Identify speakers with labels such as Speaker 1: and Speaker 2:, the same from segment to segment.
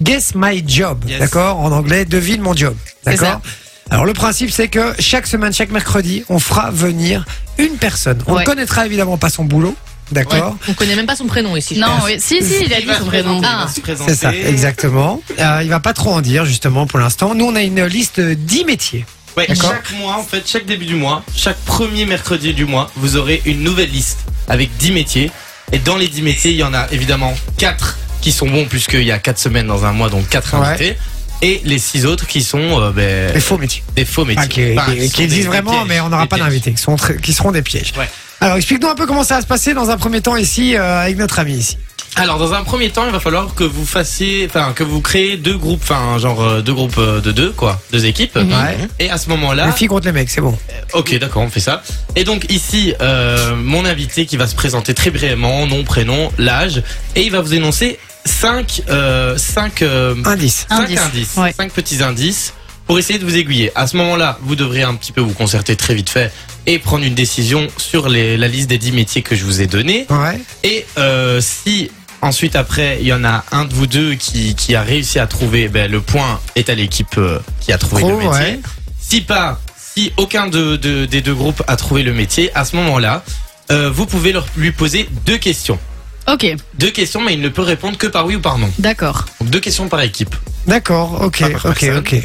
Speaker 1: Guess My Job,
Speaker 2: Yes.
Speaker 1: d'accord En anglais, devine mon job,
Speaker 3: C'est
Speaker 1: d'accord Alors le principe, c'est que chaque semaine, chaque mercredi, on fera venir une personne. On
Speaker 3: Ouais.
Speaker 1: ne connaîtra évidemment pas son boulot, d'accord
Speaker 3: On connaît même pas son prénom ici. je
Speaker 4: Non,
Speaker 3: pense.
Speaker 4: oui. si, si, il a dit son prénom. Ah.
Speaker 2: se présenter.
Speaker 1: C'est ça, exactement. Euh, il va pas trop en dire justement pour l'instant. Nous, on a une liste de 10 métiers.
Speaker 2: Ouais,
Speaker 1: D'accord.
Speaker 2: chaque mois, en fait, chaque début du mois, chaque premier mercredi du mois, vous aurez une nouvelle liste avec 10 métiers. Et dans les 10 métiers, il y en a évidemment 4 qui sont bons, puisqu'il y a 4 semaines dans un mois, donc 4
Speaker 1: Ouais.
Speaker 2: invités. Et les 6 autres qui sont euh, ben,
Speaker 1: Les faux métiers.
Speaker 2: des faux métiers.
Speaker 1: Ah, qui,
Speaker 2: Enfin,
Speaker 1: qui-
Speaker 2: sont
Speaker 1: qui
Speaker 2: des-
Speaker 1: existent
Speaker 2: des
Speaker 1: vraiment,
Speaker 2: pièges,
Speaker 1: mais on n'aura
Speaker 2: des
Speaker 1: pas
Speaker 2: pièges.
Speaker 1: d'invités, qui, sont tr- qui seront des pièges.
Speaker 2: Ouais.
Speaker 1: Alors explique-nous un peu comment ça va se passer dans un premier temps ici euh, avec notre ami ici.
Speaker 2: Alors dans un premier temps, il va falloir que vous fassiez, enfin que vous créez deux groupes, enfin genre euh, deux groupes euh, de deux quoi, deux équipes.
Speaker 1: Ouais.
Speaker 2: Et à ce
Speaker 1: Les
Speaker 2: moment-là,
Speaker 1: filles contre les mecs, c'est bon.
Speaker 2: ok d'accord, on fait ça. Et donc ici, euh, mon invité qui va se présenter très brièvement, nom, prénom, l'âge, et il va vous énoncer cinq, euh, cinq, euh,
Speaker 1: Indice.
Speaker 2: cinq
Speaker 4: Indices.
Speaker 2: indices,
Speaker 4: Ouais.
Speaker 2: cinq petits indices pour essayer de vous aiguiller. À ce moment-là, vous devrez un petit peu vous concerter très vite fait et prendre une décision sur les- la liste des dix métiers que je vous ai donnés.
Speaker 1: Ouais.
Speaker 2: Et euh, si ensuite après il y en a un de vous deux qui, qui a réussi à trouver, ben, le point est à l'équipe euh, qui a trouvé
Speaker 1: Pro,
Speaker 2: le métier.
Speaker 1: ouais.
Speaker 2: Si pas, si aucun de, de- des deux groupes a trouvé le métier, à ce moment-là, euh, vous pouvez leur, lui poser deux questions.
Speaker 4: Ah, Ok,
Speaker 2: Deux questions, mais il ne peut répondre que par oui ou par non.
Speaker 4: d'accord.
Speaker 2: Donc deux questions par équipe.
Speaker 1: D'accord, ok,
Speaker 2: Pas par
Speaker 1: ok,
Speaker 2: personne.
Speaker 1: ok.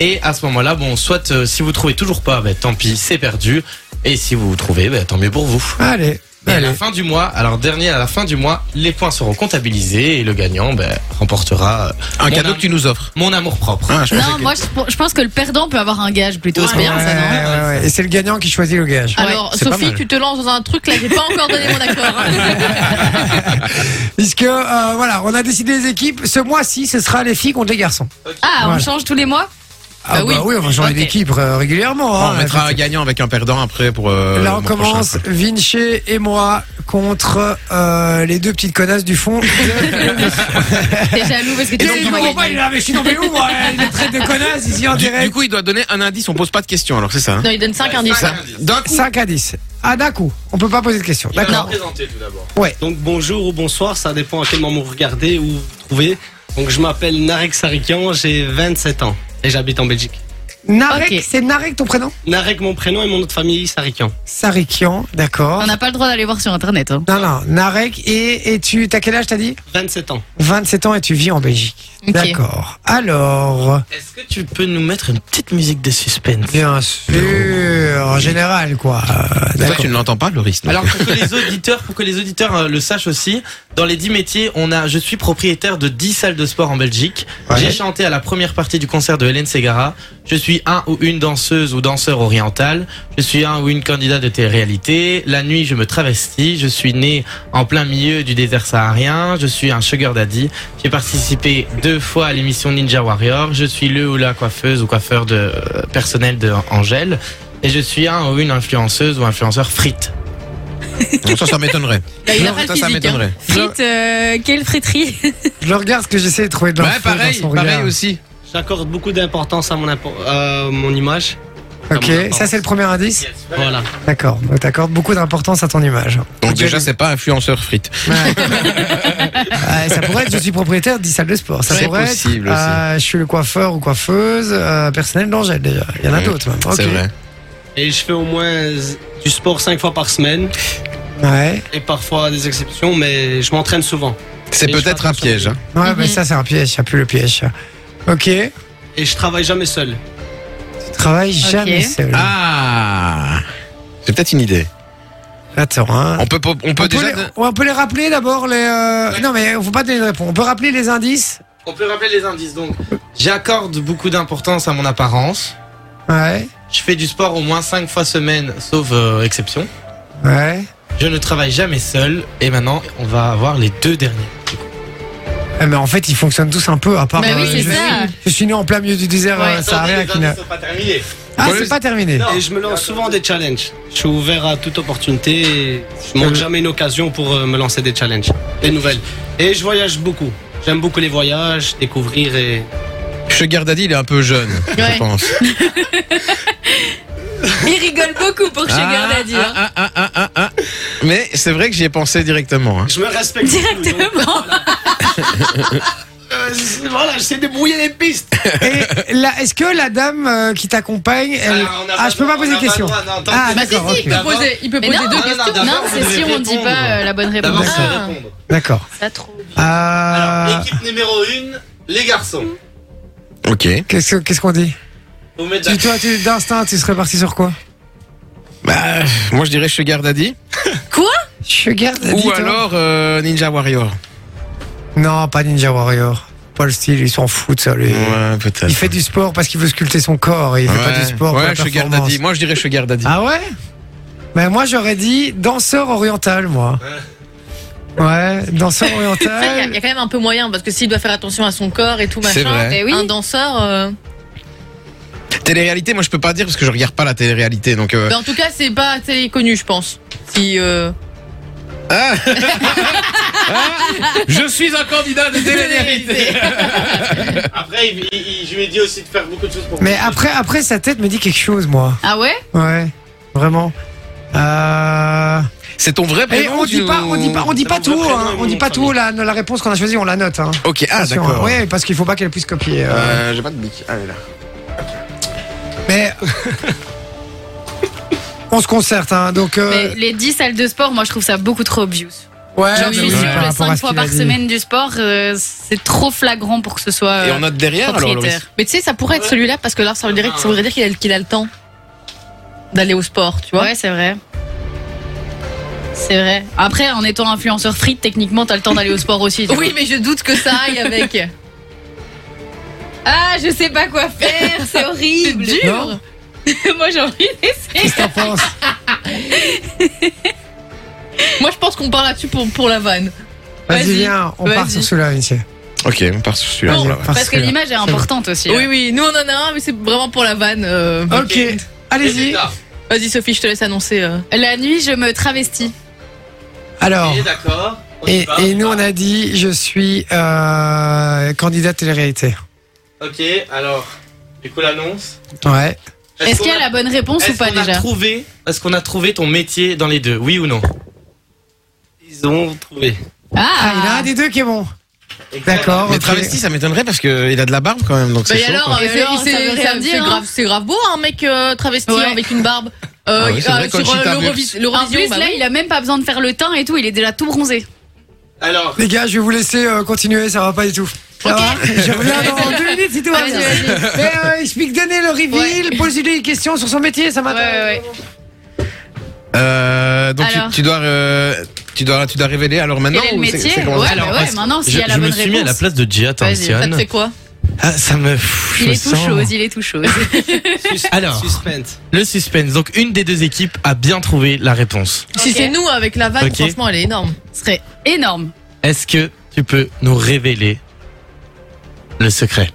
Speaker 2: Et à ce moment-là, bon, soit euh, si vous trouvez toujours pas, ben, tant pis, c'est perdu. Et si vous trouvez, ben, tant mieux pour vous.
Speaker 1: Allez,
Speaker 2: Et à
Speaker 1: allez.
Speaker 2: la fin du mois, alors dernier à la fin du mois, les points seront comptabilisés et le gagnant ben, remportera euh,
Speaker 5: Un
Speaker 2: Mon
Speaker 5: cadeau
Speaker 2: âme.
Speaker 5: que tu nous offres.
Speaker 2: mon amour propre.
Speaker 5: Hein, je pensais
Speaker 4: Non,
Speaker 5: que-
Speaker 4: moi je, je pense que le perdant peut avoir un gage plutôt. C'est
Speaker 2: Ouais,
Speaker 4: bien ça, non
Speaker 1: Ouais, ouais, ouais. Et c'est le gagnant qui choisit le gage.
Speaker 3: Alors,
Speaker 5: c'est pas
Speaker 3: Sophie,
Speaker 5: mal.
Speaker 3: tu te lances dans un truc là, j'ai pas encore donné mon accord.
Speaker 1: Puisque euh, voilà, on a décidé les équipes. Ce mois-ci, ce sera les filles contre les garçons.
Speaker 4: Ah, on
Speaker 1: Voilà.
Speaker 4: change tous les mois
Speaker 1: Ah,
Speaker 3: Bah oui.
Speaker 1: bah oui, on va changer
Speaker 3: Ok.
Speaker 1: d'équipe euh, régulièrement. hein.
Speaker 5: on mettra un gagnant avec un perdant après pour. euh, le
Speaker 1: Là, on
Speaker 5: mois prochain,
Speaker 1: commence
Speaker 5: quoi.
Speaker 1: Vinci et moi contre euh, les deux petites connasses du fond.
Speaker 4: T'es jaloux parce que tu
Speaker 1: Et
Speaker 4: veux
Speaker 1: ils
Speaker 4: pas
Speaker 1: vont pas, il
Speaker 4: gagner.
Speaker 1: est là, mais je suis tombé où, moi Il me traite de connasse ici en
Speaker 5: Du,
Speaker 1: direct.
Speaker 5: du coup, il doit donner un indice. On pose pas de questions. Alors c'est ça. hein
Speaker 3: Non, il donne 5 indices.
Speaker 2: Ça-
Speaker 5: D'un coup.
Speaker 1: 5 à 10. Ah, d'un coup. On peut pas poser de questions.
Speaker 2: Il va
Speaker 1: D'accord.
Speaker 2: se présenter tout d'abord.
Speaker 6: Donc bonjour ou bonsoir, ça dépend à quel moment vous regardez ou vous trouvez. Donc je m'appelle Narek Sarikian, j'ai 27 ans et j'habite en Belgique.
Speaker 1: Narek,
Speaker 3: Ok.
Speaker 1: c'est Narek ton prénom
Speaker 6: Narek mon prénom et mon nom de famille Sarikian.
Speaker 1: Sarikian, d'accord.
Speaker 4: On n'a pas le droit d'aller voir sur internet. hein.
Speaker 1: Non, non, Narek, et, et tu, t'as quel âge t'as dit
Speaker 6: 27 ans.
Speaker 1: 27 ans et tu vis en Belgique.
Speaker 4: Ok.
Speaker 1: D'accord. Alors,
Speaker 2: Est-ce que tu peux nous mettre une petite musique de suspense
Speaker 1: bien sûr, en général, quoi. Euh,
Speaker 5: Toi,
Speaker 1: d'accord.
Speaker 5: tu ne l'entends pas, Loris. non
Speaker 2: Alors pour que les auditeurs, pour que les auditeurs euh, le sachent aussi, dans les 10 métiers, on a je suis propriétaire de 10 salles de sport en Belgique.
Speaker 1: Ouais.
Speaker 2: J'ai chanté à la première partie du concert de Hélène Ségara. Je suis un ou une danseuse ou danseur oriental. Je suis un ou une candidat de télé-réalité. La nuit, je me travestis. Je suis né en plein milieu du désert saharien. Je suis un sugar daddy. J'ai participé deux fois à l'émission Ninja Warrior. Je suis le ou la coiffeuse ou coiffeur de euh, personnel de Angèle. Et je suis un ou une influenceuse ou influenceur frite.
Speaker 5: ça, ça m'étonnerait.
Speaker 3: Bah, il a
Speaker 5: Non,
Speaker 3: pas le
Speaker 5: ça, ça
Speaker 3: physique,
Speaker 5: m'étonnerait.
Speaker 4: Frites, euh, quelle friterie
Speaker 1: Je regarde ce que j'essaie de trouver de
Speaker 5: Ouais,
Speaker 1: l'info
Speaker 5: pareil,
Speaker 1: dans son
Speaker 5: pareil
Speaker 1: regard.
Speaker 5: aussi.
Speaker 6: J'accorde beaucoup d'importance à mon, impo- euh, mon image.
Speaker 1: Ok, ça c'est le premier indice.
Speaker 6: Voilà.
Speaker 1: D'accord. Donc t'accordes beaucoup d'importance à ton image.
Speaker 5: Donc
Speaker 1: Ok.
Speaker 5: déjà, c'est pas influenceur frites.
Speaker 1: Ouais. Ouais, ça pourrait être je suis propriétaire de 10 salles de sport. Ça
Speaker 5: C'est
Speaker 1: pourrait être,
Speaker 5: possible
Speaker 1: euh, je suis le coiffeur ou coiffeuse euh, personnel d'Angèle déjà. Il y en a
Speaker 5: Ouais,
Speaker 1: d'autres même.
Speaker 5: C'est
Speaker 1: Ok.
Speaker 5: vrai.
Speaker 6: Et je fais au moins euh, du sport 5 fois par semaine
Speaker 1: Ouais.
Speaker 6: et parfois des exceptions, mais je m'entraîne souvent.
Speaker 5: C'est
Speaker 6: Et je
Speaker 5: peut-être
Speaker 6: fais
Speaker 5: un piège. hein.
Speaker 1: Ouais,
Speaker 3: Mhm.
Speaker 1: mais ça c'est un piège, ça pue le piège. Ok. Tu
Speaker 6: Et je travaille jamais seul.
Speaker 1: travailles
Speaker 4: Ok.
Speaker 1: jamais seul.
Speaker 5: Ah. C'est peut-être une idée.
Speaker 1: Attends, hein.
Speaker 5: On peut, on peut
Speaker 1: On peut,
Speaker 5: déjà.
Speaker 1: les, on peut les rappeler d'abord les. euh, Non mais faut pas donner de réponse. On peut rappeler les indices.
Speaker 2: On peut rappeler les indices donc. J'accorde beaucoup d'importance à mon apparence.
Speaker 1: Ouais.
Speaker 2: Je fais du sport au moins 5 fois semaine, sauf euh, exception.
Speaker 1: Ouais.
Speaker 2: Je ne travaille jamais seul. Et maintenant, on va avoir les deux derniers.
Speaker 1: Ah, Mais en fait ils fonctionnent tous un peu à part.
Speaker 4: Bah oui,
Speaker 1: euh,
Speaker 4: c'est
Speaker 1: je,
Speaker 4: ça.
Speaker 1: Suis, je suis né en plein milieu du désert. euh, saharien qui n'a-
Speaker 2: pas terminés.
Speaker 1: Ah
Speaker 5: Ouais,
Speaker 1: c'est
Speaker 5: je-
Speaker 1: pas terminé.
Speaker 6: Et je me lance souvent des challenges. Je suis ouvert à toute opportunité. et Je
Speaker 1: Euh,
Speaker 6: manque jamais une occasion pour euh, me lancer des challenges, des nouvelles. Et je voyage beaucoup. J'aime beaucoup les voyages, découvrir et.
Speaker 5: Sugar Daddy, il est un peu jeune,
Speaker 3: Ouais.
Speaker 5: je pense.
Speaker 4: Il rigole beaucoup pour Sugar Daddy. hein.
Speaker 5: ah, ah, ah, ah, ah, ah. Mais c'est vrai que j'y ai pensé directement. hein.
Speaker 6: Je me respecte. beaucoup, donc,
Speaker 4: Directement.
Speaker 6: euh, euh, c'est- voilà, j'essaie de brouiller les pistes.
Speaker 1: Et là, est-ce que la dame euh, qui t'accompagne, elle...
Speaker 6: Ah, on a
Speaker 1: Ah,
Speaker 6: pas
Speaker 1: je peux
Speaker 6: le
Speaker 1: pas
Speaker 6: droit,
Speaker 1: poser
Speaker 6: on
Speaker 1: de
Speaker 6: a pas le
Speaker 1: questions.
Speaker 6: droit, non, tant
Speaker 1: Ah,
Speaker 6: pis.
Speaker 3: Bah, si,
Speaker 1: d'accord,
Speaker 3: si, il
Speaker 1: ok.
Speaker 3: peut poser, il peut
Speaker 4: Mais
Speaker 3: poser
Speaker 4: non,
Speaker 3: deux
Speaker 4: non,
Speaker 6: non,
Speaker 3: questions.
Speaker 6: d'abord,
Speaker 4: Non,
Speaker 6: vous
Speaker 4: c'est
Speaker 6: devez
Speaker 4: si on dit
Speaker 6: répondre.
Speaker 4: pas euh, la bonne
Speaker 6: D'abord,
Speaker 4: réponse.
Speaker 6: vous
Speaker 3: Ah.
Speaker 6: devez répondre.
Speaker 1: D'accord.
Speaker 4: Ça trop.
Speaker 1: Ah,
Speaker 6: Alors, équipe numéro 1, les garçons.
Speaker 5: Ok.
Speaker 1: qu'est-ce que- qu'est-ce qu'on dit
Speaker 6: Vous mettez
Speaker 1: Si toi, tu- d'instinct, tu serais parti sur quoi
Speaker 5: Bah, moi je dirais Sugar Daddy.
Speaker 1: Sugar Daddy,
Speaker 5: Ou
Speaker 1: toi
Speaker 5: alors euh, Ninja Warrior.
Speaker 1: Non, pas Ninja Warrior. Pas le style, il s'en fout de ça. lui.
Speaker 5: Ouais,
Speaker 1: Il
Speaker 5: peut-être.
Speaker 1: fait du sport parce qu'il veut sculpter son corps et il fait pas du sport pour
Speaker 5: Ouais,
Speaker 1: la
Speaker 5: Sugar
Speaker 1: performance.
Speaker 5: Daddy. Moi je dirais Sugar Daddy.
Speaker 1: Ah ouais Ben moi j'aurais dit danseur oriental moi. Ouais, danseur
Speaker 3: Ça, Il y, a- il
Speaker 1: oriental.
Speaker 3: y a quand même un peu moyen parce que s'il doit faire attention à son corps et tout
Speaker 5: C'est
Speaker 3: machin,
Speaker 5: vrai.
Speaker 3: eh oui, un danseur. euh,
Speaker 5: Télé-réalité, moi je peux pas dire parce que je regarde pas la télé-réalité. Donc. euh,
Speaker 3: Mais en tout cas, c'est pas assez connu, je pense. Si euh,
Speaker 5: Ah Je suis un candidat de télé-réalité.
Speaker 6: Après, il- il- il- je lui ai dit aussi de faire beaucoup de choses pour
Speaker 1: Mais après, après sa tête me dit quelque chose moi.
Speaker 4: Ah ouais
Speaker 1: Ouais, vraiment. Euh...
Speaker 5: C'est ton vrai
Speaker 1: Et
Speaker 5: prénom
Speaker 1: on
Speaker 5: ou tu
Speaker 1: dit pas,
Speaker 5: nous-
Speaker 1: on dit pas, on dit pas
Speaker 6: Ça, mon
Speaker 1: tout,
Speaker 6: vrai
Speaker 1: hein.
Speaker 6: prénom et
Speaker 1: on
Speaker 6: mon
Speaker 1: dit
Speaker 6: nom
Speaker 1: pas
Speaker 6: de
Speaker 1: tout. La, la réponse qu'on a choisie, on la note. Hein.
Speaker 5: Ok, ah
Speaker 1: Attention,
Speaker 5: d'accord.
Speaker 1: hein. Ouais, parce qu'il faut pas qu'elle puisse copier. euh.
Speaker 5: Euh, J'ai pas de bic. Ah, elle est là.
Speaker 1: Mais on se concerte, hein. Donc euh,
Speaker 4: Mais les 10 salles de sport, moi je trouve ça beaucoup trop obvious.
Speaker 1: ouais,
Speaker 4: Genre,
Speaker 1: mais
Speaker 4: je
Speaker 1: Ah oui,
Speaker 4: suis
Speaker 1: par
Speaker 4: sûre,
Speaker 1: rapport à
Speaker 4: 5
Speaker 1: ce
Speaker 4: fois
Speaker 1: qu'il a
Speaker 4: par
Speaker 1: dit.
Speaker 4: semaine du sport, euh, c'est trop flagrant pour que ce soit.
Speaker 5: Et
Speaker 4: euh,
Speaker 5: on note derrière alors, Loris.
Speaker 4: propriétaire.
Speaker 3: Mais tu sais, ça pourrait être celui-là parce que là, ça
Speaker 5: Ah.
Speaker 3: voudrait, ça voudrait dire qu'il a, qu'il a le temps d'aller au sport, tu vois.
Speaker 4: Ouais, c'est vrai. C'est vrai. Après, en étant influenceur frites, techniquement, t'as le temps d'aller au sport aussi. tu
Speaker 3: Oui, mais je doute que ça aille avec.
Speaker 4: Ah, je sais pas quoi faire, c'est horrible.
Speaker 3: C'est dur.
Speaker 1: Non.
Speaker 4: Moi j'ai envie d'essayer.
Speaker 1: Qu'est-ce que t'en penses
Speaker 3: Moi, je pense qu'on parle là-dessus pour, pour la vanne.
Speaker 1: Vas-y,
Speaker 3: Vas-y,
Speaker 1: viens, on part
Speaker 3: vas-y.
Speaker 1: sur celui-là, Vinci.
Speaker 5: Ok, on part sur celui-là.
Speaker 1: Vas-y, on
Speaker 5: voilà.
Speaker 1: part sur
Speaker 4: Parce que
Speaker 1: celui-là.
Speaker 4: l'image est importante aussi. hein.
Speaker 3: Oui, oui, nous on en a un, mais c'est vraiment pour la vanne. euh,
Speaker 4: Oh.
Speaker 1: Ok, allez-y.
Speaker 3: Vas-y, Sophie, je te laisse annoncer. euh.
Speaker 4: La nuit, je me travestis.
Speaker 1: Alors,
Speaker 6: Il est d'accord. on y
Speaker 1: et,
Speaker 6: va.
Speaker 1: et nous on a dit je suis euh, candidat télé-réalité.
Speaker 6: Ok, alors, du coup, l'annonce.
Speaker 1: Ouais.
Speaker 4: Est-ce qu'il y
Speaker 6: qu'on
Speaker 4: a la bonne réponse
Speaker 6: est-ce
Speaker 4: ou pas
Speaker 6: qu'on a
Speaker 4: déjà
Speaker 6: trouvé
Speaker 2: Est-ce qu'on a trouvé ton métier dans les deux Oui ou non
Speaker 6: Ils ont trouvé.
Speaker 1: Ah, il y en a un des deux qui est bon. D'accord.
Speaker 5: Mais
Speaker 1: Oh, ok.
Speaker 5: travesti, ça m'étonnerait parce qu'il a de la barbe quand même. Donc
Speaker 3: Bah,
Speaker 5: c'est
Speaker 3: et
Speaker 5: chaud,
Speaker 3: alors,
Speaker 5: quoi.
Speaker 3: euh,
Speaker 4: Et alors,
Speaker 3: c'est-
Speaker 4: ça veut
Speaker 3: c'est-
Speaker 4: rien
Speaker 3: c'est
Speaker 4: dire,
Speaker 3: grave, c'est grave beau, un mec euh, travesti
Speaker 4: hein. Ouais.
Speaker 3: avec une barbe. Euh,
Speaker 5: Ah oui, c'est
Speaker 3: euh,
Speaker 5: vrai,
Speaker 3: sur
Speaker 5: Conchita
Speaker 3: euh,
Speaker 5: Wurst.
Speaker 3: l'Eurovision,
Speaker 4: En
Speaker 3: l'Eurovision,
Speaker 4: plus,
Speaker 3: bah
Speaker 4: là,
Speaker 3: oui.
Speaker 4: il a même pas besoin de faire le teint et tout, il est déjà tout bronzé.
Speaker 6: Alors,
Speaker 1: Les gars, je vais vous laisser euh, continuer, ça va pas du tout. Ça va je reviens dans deux minutes si tout va
Speaker 4: Ah,
Speaker 1: bien.
Speaker 4: vas-y,
Speaker 1: Mais euh, explique Daniel le reveal, pose-lui des questions sur son métier, ça m'intéresse.
Speaker 5: Euh, donc tu-
Speaker 4: Alors.
Speaker 5: tu dois, euh, tu dois, tu dois révéler alors maintenant.
Speaker 4: Quel est le
Speaker 5: ou c'est-
Speaker 4: métier
Speaker 5: c'est comment
Speaker 4: Ouais,
Speaker 5: ça
Speaker 4: bah
Speaker 2: Alors,
Speaker 4: ouais,
Speaker 2: parce-
Speaker 4: maintenant, s'il
Speaker 2: je,
Speaker 4: y a la
Speaker 2: je
Speaker 4: bonne
Speaker 2: me suis mis à la
Speaker 4: réponse.
Speaker 2: place de Gia
Speaker 3: Ça te
Speaker 2: Thompson.
Speaker 3: fait quoi
Speaker 2: Ah, ça me. pff,
Speaker 4: Il
Speaker 2: je
Speaker 4: est tout
Speaker 2: sens-
Speaker 4: chaud, il est tout chaud.
Speaker 2: Alors,
Speaker 6: suspense.
Speaker 2: le suspense. Donc, une des deux équipes a bien trouvé la réponse.
Speaker 3: Si
Speaker 4: Ok.
Speaker 3: c'est nous avec la vanne,
Speaker 2: Ok.
Speaker 3: franchement, elle est énorme.
Speaker 4: Ce serait énorme.
Speaker 2: Est-ce que tu peux nous révéler le secret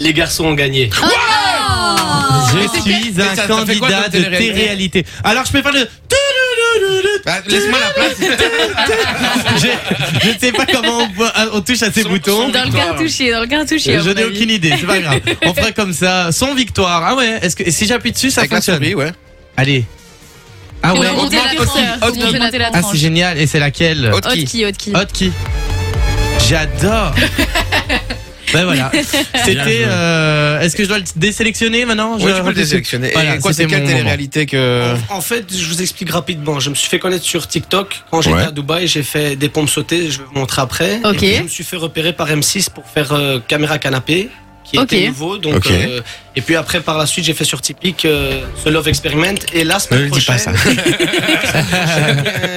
Speaker 6: Les garçons ont gagné.
Speaker 2: Je suis
Speaker 5: Mais ça-
Speaker 2: un
Speaker 5: ça fait quoi comme
Speaker 2: candidat de
Speaker 5: télé-réalité
Speaker 2: télé-réalité. Alors, je peux faire le.
Speaker 5: Ah, Laisse-moi la place.
Speaker 2: Je je ne sais pas comment on, on touche à ces
Speaker 6: Son-
Speaker 2: boutons.
Speaker 6: son-
Speaker 4: Dans le cartouchier, dans le cartouchier. à
Speaker 2: Je
Speaker 4: mon
Speaker 2: n'ai
Speaker 4: avis.
Speaker 2: aucune idée, c'est pas grave. On fera comme ça. Son victoire. Ah ouais, est-ce que et si j'appuie dessus, ça
Speaker 5: Avec la
Speaker 2: fonctionne
Speaker 5: souris, ouais.
Speaker 2: Allez. Ah
Speaker 4: Faut
Speaker 2: ouais,
Speaker 4: remonter
Speaker 2: augmente
Speaker 4: la
Speaker 2: aussi.
Speaker 4: tranche, faut
Speaker 2: Hotkey.
Speaker 4: remonter la
Speaker 2: Ah,
Speaker 4: tranche.
Speaker 2: c'est génial. Et c'est laquelle
Speaker 5: Hotkey.
Speaker 4: Hotkey, hotkey.
Speaker 2: Hotkey. J'adore. ben voilà. C'était. euh, Est-ce que je dois le désélectionner maintenant Je
Speaker 5: Ouais, tu peux le
Speaker 2: rappelle-
Speaker 5: désélectionner.
Speaker 2: Voilà,
Speaker 5: Et quoi, c'est
Speaker 2: c'était
Speaker 5: quelle
Speaker 2: mon
Speaker 5: télé-réalité que
Speaker 6: Euh, En en fait, je vous explique rapidement. Je me suis fait connaître sur TikTok. Quand j'étais
Speaker 5: Ouais.
Speaker 6: à Dubaï, j'ai fait des pompes sautées. Je vais vous montrer après.
Speaker 4: Ok.
Speaker 6: Et puis, je me suis fait repérer par M6 pour faire euh, caméra canapé, qui
Speaker 4: Ok.
Speaker 6: était nouveau. Donc,
Speaker 5: Ok.
Speaker 6: euh, et puis après, par la suite, j'ai fait sur Typique euh, ce Love Experiment. Et là,
Speaker 5: Ne
Speaker 6: semaine
Speaker 5: le dis pas ça.
Speaker 6: prochaine,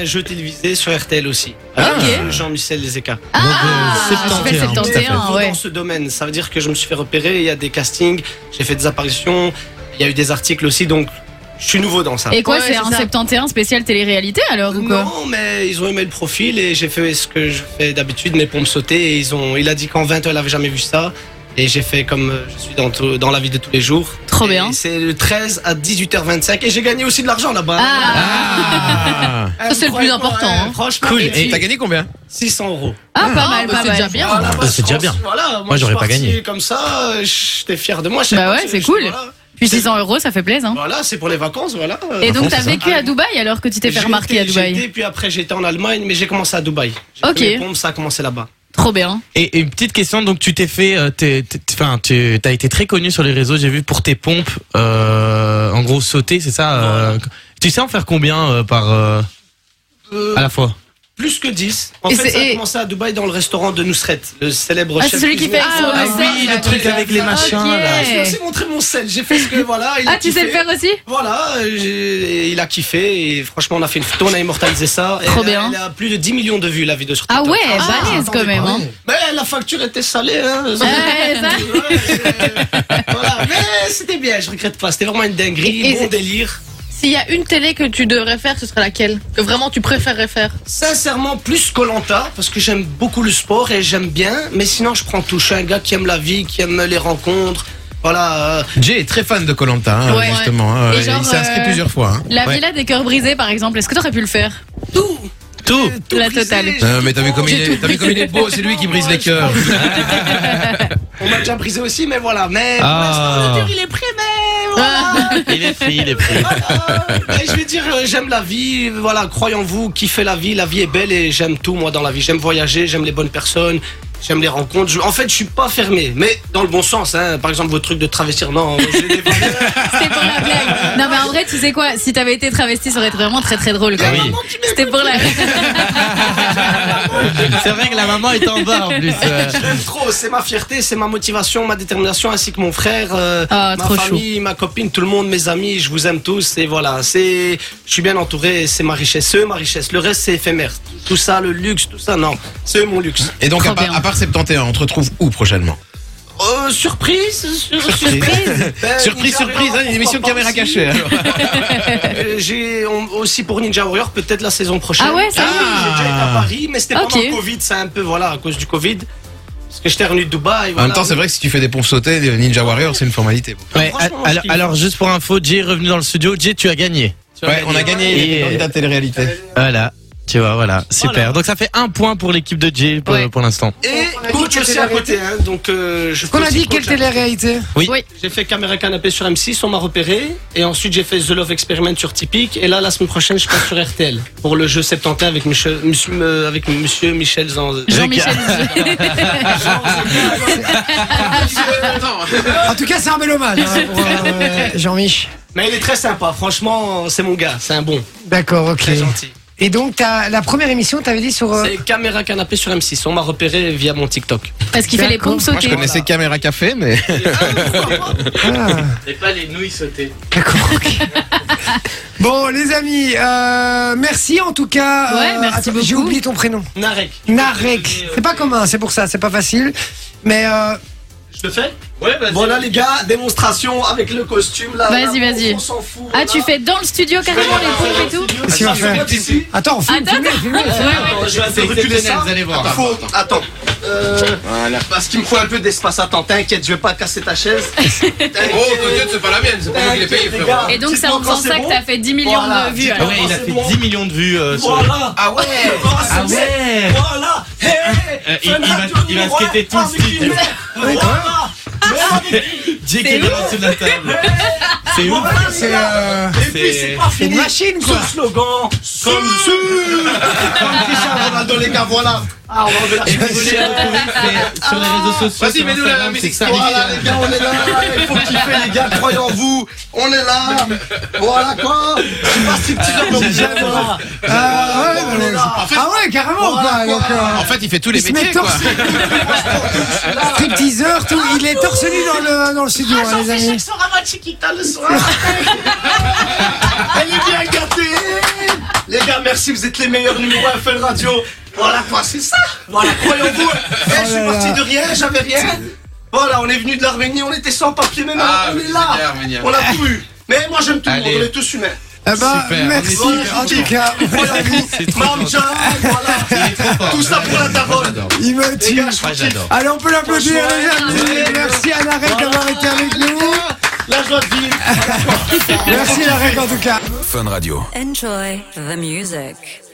Speaker 6: un jeu télévisé sur RTL aussi. Avec Jean-Michel Zeka.
Speaker 4: Ah,
Speaker 2: Donc, euh,
Speaker 4: je fais
Speaker 1: hein.
Speaker 2: 71, tout à fait.
Speaker 4: 71,
Speaker 6: nouveau
Speaker 4: ouais.
Speaker 6: dans ce domaine. Ça veut dire que je me suis fait repérer. Il y a des castings, j'ai fait des apparitions, il y a eu des articles aussi. Donc, je suis nouveau dans ça.
Speaker 4: Et quoi,
Speaker 3: Ouais,
Speaker 4: Ah, c'est
Speaker 3: c'est
Speaker 4: un
Speaker 3: ça.
Speaker 4: 71 spécial télé-réalité alors ou quoi
Speaker 6: Non, mais ils ont aimé le profil et j'ai fait ce que je fais d'habitude, mes pompes sautées. Et ils ont, il a dit qu'en 20 ans, il avait jamais vu ça. Et j'ai fait comme euh, je suis dans, tout- dans la vie de tous les jours.
Speaker 4: Trop
Speaker 6: Et
Speaker 4: bien.
Speaker 6: C'est le 13 à 18h25 et j'ai gagné aussi de l'argent là-bas.
Speaker 4: Ah,
Speaker 5: Ah.
Speaker 6: Euh,
Speaker 3: Ça, c'est le plus
Speaker 6: croyez-moi,
Speaker 3: important,
Speaker 6: hein,
Speaker 3: hein.
Speaker 6: Franchement,
Speaker 2: Cool.
Speaker 6: et puis,
Speaker 5: T'as gagné combien
Speaker 6: 600 euros.
Speaker 4: Ah, pas
Speaker 3: Ah,
Speaker 4: mal,
Speaker 3: bah,
Speaker 4: pas
Speaker 3: c'est
Speaker 4: mal.
Speaker 3: déjà bien.
Speaker 6: Voilà, parce
Speaker 2: c'est déjà
Speaker 6: que,
Speaker 2: bien.
Speaker 6: Voilà, moi,
Speaker 2: j'aurais
Speaker 6: je suis
Speaker 2: pas
Speaker 6: parti
Speaker 2: gagné.
Speaker 6: Comme ça, euh, j'étais fier de moi. je sais
Speaker 4: Bah
Speaker 6: pas,
Speaker 4: ouais,
Speaker 6: je-
Speaker 4: c'est
Speaker 6: je-
Speaker 4: cool.
Speaker 6: Voilà,
Speaker 4: Puis 600 euros, ça fait plaisir. Hein.
Speaker 6: Voilà, c'est pour les vacances, voilà.
Speaker 4: Et donc,
Speaker 5: fond,
Speaker 4: t'as
Speaker 5: c'est ça.
Speaker 4: vécu à Dubaï alors que tu t'es fait
Speaker 6: J'ai
Speaker 4: remarquer à
Speaker 6: été- j'ai
Speaker 4: Dubaï
Speaker 6: été, puis après j'étais en Allemagne, mais j'ai commencé à Dubaï. J'ai
Speaker 4: Ok.
Speaker 6: fait mes pompes, ça a commencé là-bas.
Speaker 4: Trop bien.
Speaker 2: Et et une petite question, donc tu t'es fait, euh, t'es- t'es- enfin, tu as été très connu sur les réseaux. J'ai vu pour tes pompes, euh, en gros sauter, c'est ça. euh, tu sais en faire combien euh, par euh,
Speaker 6: Euh,
Speaker 2: à la fois
Speaker 6: Plus que 10. En
Speaker 3: Et
Speaker 6: fait,
Speaker 3: c'est-
Speaker 6: ça
Speaker 3: et-
Speaker 6: a commencé à Dubaï dans le restaurant de Nusret, le célèbre
Speaker 4: Ah,
Speaker 6: chef.
Speaker 4: c'est celui qui fait
Speaker 6: cuisinier.
Speaker 4: avec son
Speaker 3: Ah
Speaker 4: message,
Speaker 3: oui,
Speaker 4: là,
Speaker 2: le truc
Speaker 4: tout
Speaker 2: avec les
Speaker 4: ça.
Speaker 2: machins,
Speaker 4: Ok.
Speaker 2: là.
Speaker 6: Ah, Je lui ai aussi montré mon sel. J'ai fait ce que voilà. il a
Speaker 3: Ah, tu sais
Speaker 6: kiffé.
Speaker 3: le faire aussi
Speaker 6: Voilà, euh, j'ai- il a kiffé et franchement on a fait une photo, on a immortalisé ça. Et
Speaker 4: Trop
Speaker 6: elle a-
Speaker 4: bien.
Speaker 6: Elle a plus de 10 millions de vues la vidéo sur
Speaker 4: Ah
Speaker 6: TikTok.
Speaker 4: ouais,
Speaker 3: Ah,
Speaker 4: balèze quand même. hein.
Speaker 6: Mais la facture était salée. Hein.
Speaker 4: Ouais, ça.
Speaker 6: Ouais, c'est- euh, voilà. Mais c'était bien, je regrette pas. C'était vraiment une dinguerie,
Speaker 3: Et- et
Speaker 6: bon
Speaker 3: c'est-
Speaker 6: délire.
Speaker 3: S'il y a une télé que tu devrais faire, ce serait laquelle Que vraiment tu préférerais faire
Speaker 6: Sincèrement, plus Colanta parce que j'aime beaucoup le sport et j'aime bien. Mais sinon, je prends tout. Je suis un gars qui aime la vie, qui aime les rencontres. Voilà. euh,
Speaker 5: Jay est très fan de Colanta,
Speaker 4: Ouais.
Speaker 5: justement. hein.
Speaker 4: Et
Speaker 5: Euh,
Speaker 4: genre,
Speaker 5: il s'est inscrit
Speaker 4: euh,
Speaker 5: plusieurs fois. hein.
Speaker 4: La
Speaker 5: Ouais.
Speaker 4: villa des cœurs brisés, par exemple, est-ce que t'aurais pu le faire
Speaker 6: tout.
Speaker 2: Tout.
Speaker 6: tout
Speaker 4: La
Speaker 6: brisé,
Speaker 4: totale.
Speaker 6: j'ai
Speaker 5: Euh, mais
Speaker 6: tout
Speaker 5: t'as vu comme il
Speaker 6: brisé.
Speaker 5: est, t'as vu comme il est beau, c'est lui qui brise les cœurs.
Speaker 6: On m'a déjà brisé aussi, mais voilà. Mais pour
Speaker 2: Ah.
Speaker 6: l'instant, le dur, il est prêt, mais voilà.
Speaker 2: Il est pris, il est pris.
Speaker 6: Voilà. Et je vais dire, euh, j'aime la vie, voilà, croyez en vous, kiffez la vie, la vie est belle et j'aime tout, moi, dans la vie. J'aime voyager, j'aime les bonnes personnes, j'aime les rencontres. Je- en fait, je suis pas fermé, mais dans le bon sens, hein. Par exemple, vos trucs de travestir, non, j'ai des valeurs.
Speaker 4: C'était pour la blague. Non, mais en vrai, tu sais quoi Si t'avais été travesti, ça aurait été vraiment très très drôle quand
Speaker 2: Ah oui.
Speaker 4: même. C'était pour la.
Speaker 2: C'est vrai que la maman est en bas en plus. euh.
Speaker 6: Je l'aime trop, c'est ma fierté, c'est ma motivation, ma détermination, ainsi que mon frère, euh,
Speaker 4: Ah,
Speaker 6: ma
Speaker 4: trop
Speaker 6: famille, ma copine, tout le monde, mes amis, je vous aime tous et voilà, c'est, je suis bien entouré, et c'est ma richesse, c'est eux, ma richesse, le reste c'est éphémère, tout ça, le luxe, tout ça, non, c'est eux, mon luxe.
Speaker 5: Et donc,
Speaker 4: Trop
Speaker 5: à part,
Speaker 4: bien.
Speaker 5: à part 71, on te retrouve où prochainement
Speaker 6: Euh, surprise, sur- surprise,
Speaker 4: Euh,
Speaker 6: Ben,
Speaker 5: Surprise,
Speaker 6: Ninja
Speaker 5: surprise,
Speaker 6: Warrior,
Speaker 5: hein, une émission de
Speaker 6: pourquoi
Speaker 5: caméra
Speaker 6: pas aussi.
Speaker 5: cachée. alors.
Speaker 6: Euh, J'ai on- aussi pour Ninja Warrior peut-être la saison prochaine.
Speaker 4: Ah ouais, ça
Speaker 6: oui,
Speaker 5: y est.
Speaker 6: J'ai déjà été à Paris, mais c'était
Speaker 4: Ok.
Speaker 6: pendant le Covid, c'est un peu voilà à cause du Covid, parce que j'étais revenu de Dubaï.
Speaker 5: En
Speaker 6: voilà.
Speaker 5: même temps, c'est vrai que si tu fais des pompes sautées, des Ninja Warrior, c'est une formalité.
Speaker 2: Ouais,
Speaker 6: Franchement,
Speaker 2: alors,
Speaker 6: je kiffe.
Speaker 2: alors, juste pour info, Jay est revenu dans le studio. Jay, tu as gagné. Tu as
Speaker 5: Ouais, on a gagné
Speaker 2: Et-
Speaker 5: les candidats de télé-réalité.
Speaker 2: Voilà. Tu vois, voilà, super.
Speaker 6: Voilà.
Speaker 2: Donc ça fait un point pour l'équipe de Jay pour,
Speaker 4: Ouais.
Speaker 2: pour l'instant.
Speaker 1: On a
Speaker 6: Et
Speaker 1: dit
Speaker 6: coach
Speaker 1: quelle
Speaker 6: aussi à
Speaker 1: télé-réalité.
Speaker 6: côté, hein, donc euh, je.
Speaker 1: Qu'on
Speaker 6: peux
Speaker 1: a
Speaker 6: aussi
Speaker 1: dit quelle
Speaker 6: coach.
Speaker 1: télé-réalité
Speaker 6: J'ai fait caméra canapé sur M6, on m'a repéré, et ensuite j'ai fait The Love Experiment sur Typique, et là la semaine prochaine je passe sur RTL pour le jeu 70 avec Michel, monsieur, euh, avec Monsieur Michel Zanz.
Speaker 4: Jean-Michel.
Speaker 1: En tout cas, c'est un bel hommage hein, pour euh, Jean-Mich.
Speaker 6: Mais il est très sympa, franchement, c'est mon gars, c'est un bon,
Speaker 1: D'accord, ok.
Speaker 6: très gentil.
Speaker 1: Et donc, t'as- la première émission, t'avais dit sur. euh,
Speaker 6: C'est caméra canapé sur M6, on m'a repéré via mon TikTok.
Speaker 4: Parce qu'il fait les
Speaker 1: D'accord.
Speaker 4: pompes
Speaker 5: Moi, je
Speaker 4: sautées.
Speaker 5: connaissais Caméra Café, mais
Speaker 1: ah.
Speaker 2: Et pas les nouilles sautées.
Speaker 1: D'accord, ok. Bon, les amis, euh, merci en tout cas. euh,
Speaker 4: Ouais, merci
Speaker 1: attends, J'ai
Speaker 4: beaucoup.
Speaker 1: oublié ton prénom.
Speaker 6: Narek.
Speaker 1: Narek. C'est pas commun, c'est pour ça, c'est pas facile. Mais euh,
Speaker 6: Je le fais Ouais,
Speaker 2: bah,
Speaker 6: vas-y. Voilà les gars, démonstration avec le costume là.
Speaker 4: Vas-y,
Speaker 6: là,
Speaker 4: vas-y.
Speaker 6: On s'en fout.
Speaker 4: Ah,
Speaker 6: là.
Speaker 4: tu fais dans le studio carrément les pompes et tout
Speaker 1: Qu'est-ce qu'il va
Speaker 6: Ah,
Speaker 1: faire
Speaker 6: je suis
Speaker 1: attends, on filme,
Speaker 4: Attends,
Speaker 1: filmez, filmez.
Speaker 6: Attends, je vais un peu reculer ça.
Speaker 5: vous allez voir.
Speaker 6: Attends, faut- Attends. Euh, Parce qu'il me faut un peu d'espace. Attends, t'inquiète, je vais pas casser ta chaise.
Speaker 5: Oh, c'est pas la mienne, c'est
Speaker 6: T'inquiète, les gars.
Speaker 4: Et donc, c'est en
Speaker 6: Dites-moi quand
Speaker 4: faisant ça
Speaker 6: c'est
Speaker 4: que
Speaker 6: bon.
Speaker 4: t'as fait 10 millions
Speaker 6: Voilà,
Speaker 4: de vues.
Speaker 2: Ah
Speaker 4: alors.
Speaker 2: ouais, il a
Speaker 6: C'est
Speaker 2: fait
Speaker 6: bon.
Speaker 2: 10 millions de vues euh, sur-
Speaker 6: Voilà. Ah ouais.
Speaker 2: Ah ouais.
Speaker 6: Voilà. Hey,
Speaker 2: Euh, il-
Speaker 6: Fun
Speaker 2: il va-
Speaker 6: radio
Speaker 2: il va
Speaker 6: numéro un,
Speaker 2: skater tout de
Speaker 6: avec
Speaker 2: suite.
Speaker 6: une- Voilà.
Speaker 2: Jay qui est dans dessous de la table. bah, C'est ouf.
Speaker 6: Voilà, les
Speaker 1: C'est
Speaker 6: gars.
Speaker 1: euh,
Speaker 6: Et puis c'est pas
Speaker 1: c'est une
Speaker 6: fini.
Speaker 1: machine,
Speaker 6: Ce
Speaker 1: quoi.
Speaker 6: slogan, comme ce. Comme Cristiano Ronaldo, les gars, voilà. Ah, on va enlever la
Speaker 2: Et vous voulez la retrouver, c'est sur les réseaux sociaux.
Speaker 5: Vas-y,
Speaker 2: sur
Speaker 5: mets-nous la- la
Speaker 2: Instagram,
Speaker 5: musique.
Speaker 2: c'est ça.
Speaker 6: Voilà, les gars, on est là. Il faut kiffer, les gars, croyez en vous. On est là. Voilà quoi. Je sais pas si petit homme, mais
Speaker 1: J'adore.
Speaker 6: voilà.
Speaker 1: euh, ouais,
Speaker 6: on est là.
Speaker 1: bah, ah ouais, carrément, quoi.
Speaker 6: Voilà,
Speaker 1: Donc,
Speaker 6: voilà.
Speaker 5: En
Speaker 1: euh,
Speaker 5: fait, il fait tous les
Speaker 1: il se met
Speaker 5: métiers,
Speaker 1: torse
Speaker 5: quoi.
Speaker 1: Stripteaseur, tout. Il est torse nu dans le, dans le studio,
Speaker 4: Ah,
Speaker 1: hein, les
Speaker 6: Jean-Michel
Speaker 1: amis.
Speaker 6: sera ma chiquita le soir. Elle est bien gâtée. Les gars, merci, vous êtes les meilleurs numéros FL Radio. Voilà quoi, c'est ça. Voilà, croyez-vous. Eh, je suis
Speaker 1: Oh là
Speaker 6: parti
Speaker 1: là.
Speaker 6: de rien, j'avais rien. Voilà, on est venu de l'Arménie, on était sans papier, mais maintenant
Speaker 5: Ah,
Speaker 6: on
Speaker 5: vous
Speaker 6: est
Speaker 5: êtes
Speaker 6: là.
Speaker 5: les Arméniens.
Speaker 6: On a tout eu. Mais moi j'aime tout le monde,
Speaker 5: Allez.
Speaker 6: on est tous humains.
Speaker 1: Eh ben,
Speaker 5: Super,
Speaker 1: merci
Speaker 5: on est
Speaker 1: en tout cas.
Speaker 6: Mamja, voilà. Tout ça pour la daronne.
Speaker 1: Il me
Speaker 6: Les
Speaker 1: tue.
Speaker 6: gars, je vous kiffe.
Speaker 1: Allez, on peut l'applaudir, les
Speaker 6: Franchement,
Speaker 1: amis.
Speaker 6: ouais.
Speaker 1: Merci à Narek d'avoir été avec nous.
Speaker 6: Ah, La joie de vivre.
Speaker 1: Merci Narek en tout cas.
Speaker 7: Enjoy the music.